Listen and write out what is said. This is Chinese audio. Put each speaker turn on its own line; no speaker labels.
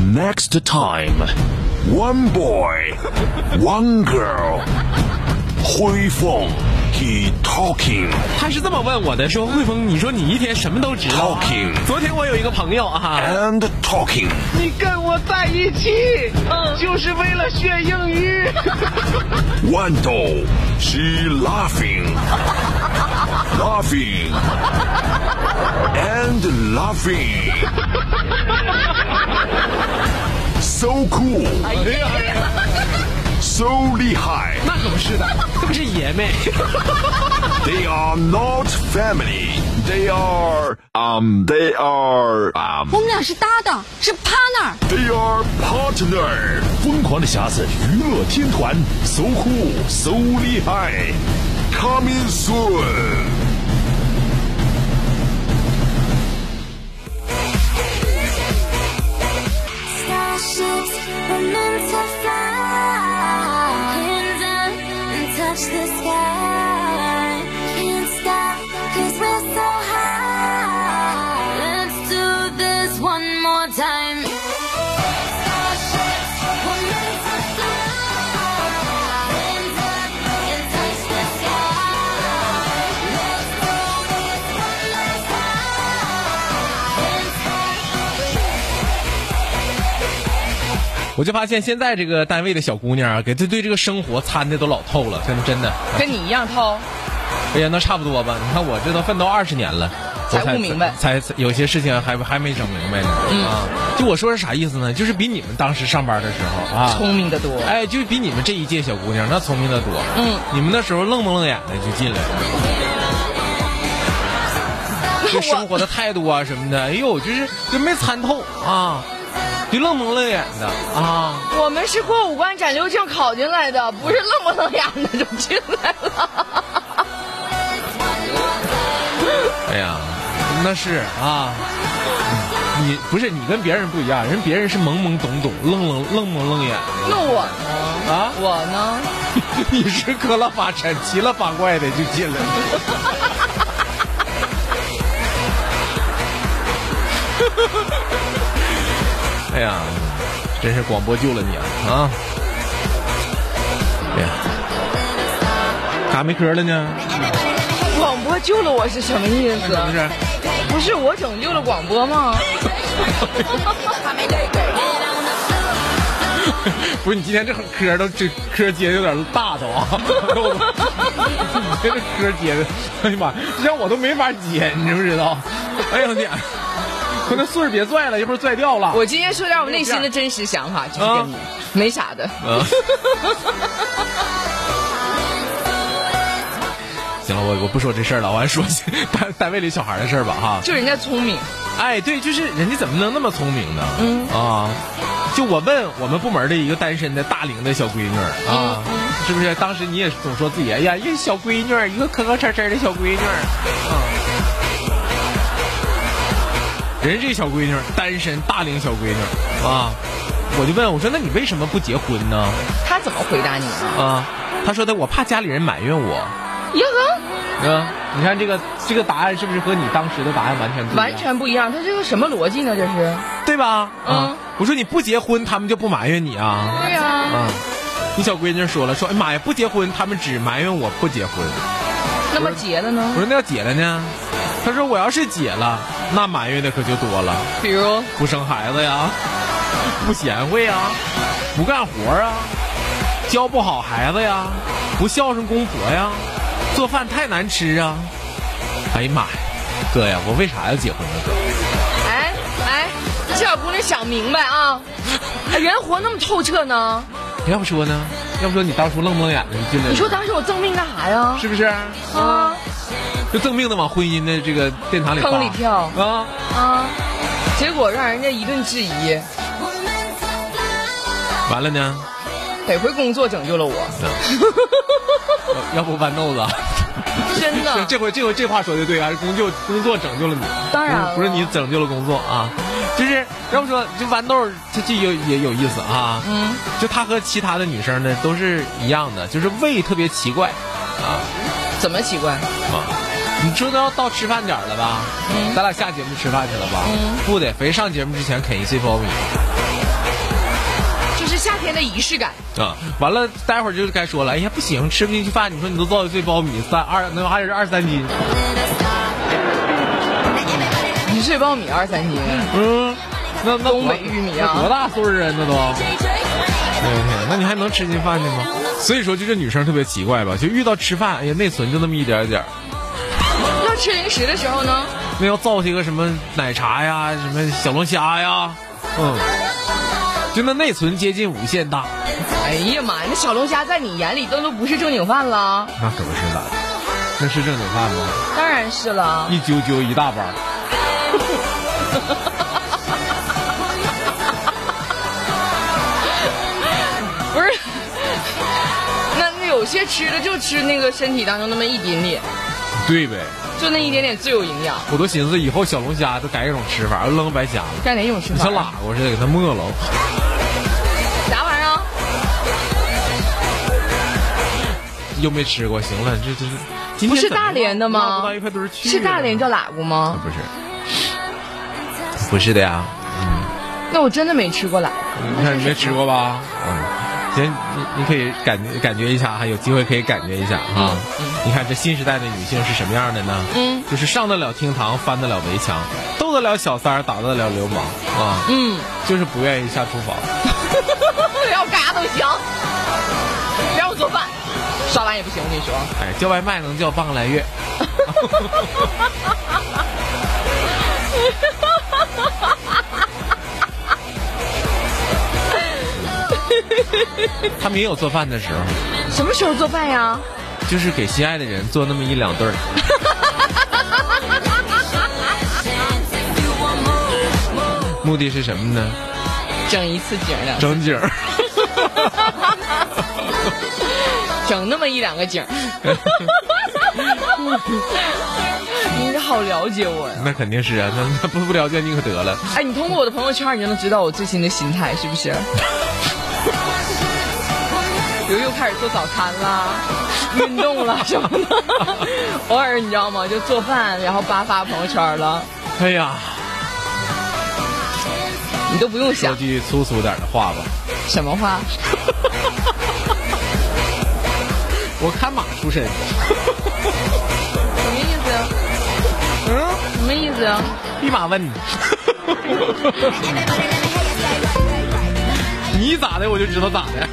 Next time, one boy, one girl. 灰凤 he talking
他是这么问我的，说汇丰，你说你一天什么都知道啊
Talking
昨天我有一个朋友啊，
and talking。
你跟我在一起，
嗯
就是为了学英语。
Wando, she laughing, laughing, and laughing. So cool, so 厉害。
那可不是的，这不是爷们。
They are not family. They are um. They are um.
我们俩是搭档，是 partner。
They are partner. 疯狂的匣子娱乐天团，so cool, so 厉害，coming soon.
Starships were meant to fly. Hands up and touch the sky. Can't stop, cause we're so high. Let's do this one more time. Starships were meant to fly. Hands up and touch the sky. Let's do this one last time.
我就发现现在这个单位的小姑娘啊，给她对这个生活参的都老透了，真的真的。
跟你一样掏，
哎呀，那差不多吧。你看我这都奋斗二十年了，我
才悟明白
才才有些事情还还没整明白呢。啊，就我说是啥意思呢？就是比你们当时上班的时候啊，
聪明的多。
哎，就比你们这一届小姑娘那聪明的多。
嗯，
你们那时候愣不愣眼的就 进来了，就生活的态度啊什么的，哎呦，就是就没参透啊，就愣不愣眼的啊。
我们是过五关斩六将考进来的，不是愣不愣眼的就进来了。
哎呀，那是啊。你不是你跟别人不一样，人别人是懵懵懂懂、愣愣愣模愣眼的
那我
啊，
我呢？
你是磕了八铲、骑了八怪的就进来 了。哎呀，真是广播救了你啊！啊，哎呀，嘎没嗑了呢，
广播救了我是什么意
是不
思？
是？
不是我拯救了广播吗？
不是你今天这嗑都这嗑接的有点大都啊！你这嗑接的，哎呀妈，这像我都没法接，你知不知道？哎呀我的天，可那穗儿别拽了，要不然拽掉了。
我今天说点我内心的真实想法，就是跟你、没啥的。
行了，我我不说这事儿了，我还说单单位里小孩的事儿吧哈。
就人家聪明，
哎，对，就是人家怎么能那么聪明呢？嗯啊，就我问我们部门的一个单身的大龄的小闺女儿啊，
嗯
是不是？当时你也总说自己哎呀，一个小闺女儿，一个磕磕碜碜的小闺女儿，啊，人家这小闺女儿单身大龄小闺女儿啊，我就问我说那你为什么不结婚呢？
他怎么回答你？
啊，她说的我怕家里人埋怨我。
呀呵，
嗯，你看这个这个答案是不是和你当时的答案完全不一样？
完全不一样，他这个什么逻辑呢？这是？
对吧？
嗯
啊，我说你不结婚，他们就不埋怨你啊。
对呀、
啊，你小闺女说了，说哎妈呀，不结婚，他们只埋怨我不结婚。
那么结了
我
呢？
说那要结了呢？她说我要是结了，那埋怨的可就多了，
比如
不生孩子呀，不贤惠呀，不干活啊，教不好孩子呀，不孝顺公婆呀，做饭太难吃啊。哎呀妈呀，哥呀，我为啥要结婚呢？哥。
哎哎，这小姑娘想明白啊！哎人活那么透彻呢？
要不说呢？要不说你当初愣不愣眼的就进来了，
你说当时我赠命干啥呀？
是不是？
啊
就赠命的往婚姻的这个殿堂里
坑
放
里跳
啊！
啊！结果让人家一顿质疑，
We're meant to fly.
完了呢？
得亏工作拯救了我，
呃要要不豌豆子，。
真的
这回这回这话说的对啊，工作工作拯救了你，
当然
不是不是
了
你拯救了工作啊，就是要不说就豌豆儿这这有也有意思啊，嗯，就她和其他的女生呢都是一样的，就是胃特别奇怪啊。
怎么奇怪？
啊，你说都要到吃饭点儿了
嗯
吧？咱俩下节目吃饭去了吧？不得，非上节目之前啃一碎苞米。
夏天的仪式感。
啊，完了，待会儿就该说了，哎呀，不行，吃不进去饭。你说你都到底最苞米三二，那还是二三斤。
你这苞米二三斤，
嗯，那那
东北玉米啊
那多大岁数人那都？对不对？那你还能吃进饭去吗？所以说，就这女生特别奇怪吧，就遇到吃饭，哎呀，内存就那么一点点儿，
要吃零食的时候呢，
那要造些个什么奶茶呀，什么小龙虾呀，嗯，就那内存接近无限大，
哎呀妈，那小龙虾在你眼里都都不是正经饭了。
那可不是的，那是正经饭吗？
当然是了，
一揪揪一大包。
不是。 那那有些吃的就吃那个身体当中那么一点点，
对呗，
就那一点点最有营养。
我都寻思以后小龙虾都改一种吃法，扔个白瞎子，
干哪种吃
你
法
像？喇叭似的给它没了。
啥玩意儿啊？
又没吃过，行了，这这是今天
不是
怎么
大连的
拉不
吗
到一块堆儿？去
是
了
大连
呢
叫喇叭吗？
不是，不是的呀，
那我真的没吃过喇叭。
你看你没吃过吧？嗯，行，你你可以感觉感觉一下哈，有机会可以感觉一下啊。你看这新时代的女性是什么样的呢？
嗯，
就是上得了厅堂，翻得了围墙，斗得了小三儿，打得了流氓啊。
嗯，
就是不愿意下厨房。
要干啥都行，只要我做饭，刷碗也不行。我跟你说，
哎，叫外卖能叫半个来月。 他们也有做饭的时候，
什么时候做饭呀？
就是给心爱的人做那么一两顿儿。 目的是什么呢？
整一次景儿两，
整景儿。
整那么一两个景儿。 你好了解我呀！
那肯定是啊，那那不不了解你可得了。
哎，你通过我的朋友圈，你就能知道我最新的心态是不是？ 比如又开始做早餐啦，运动啦什么的，偶尔你知道吗？就做饭，然后叭发朋友圈了，
哎呀，
你都不用想
说。句粗俗点儿的话吧，
什么话？
我看马出身。
什么意思呀？嗯，什么意思呀？
立马问你，你咋的我就知道咋的。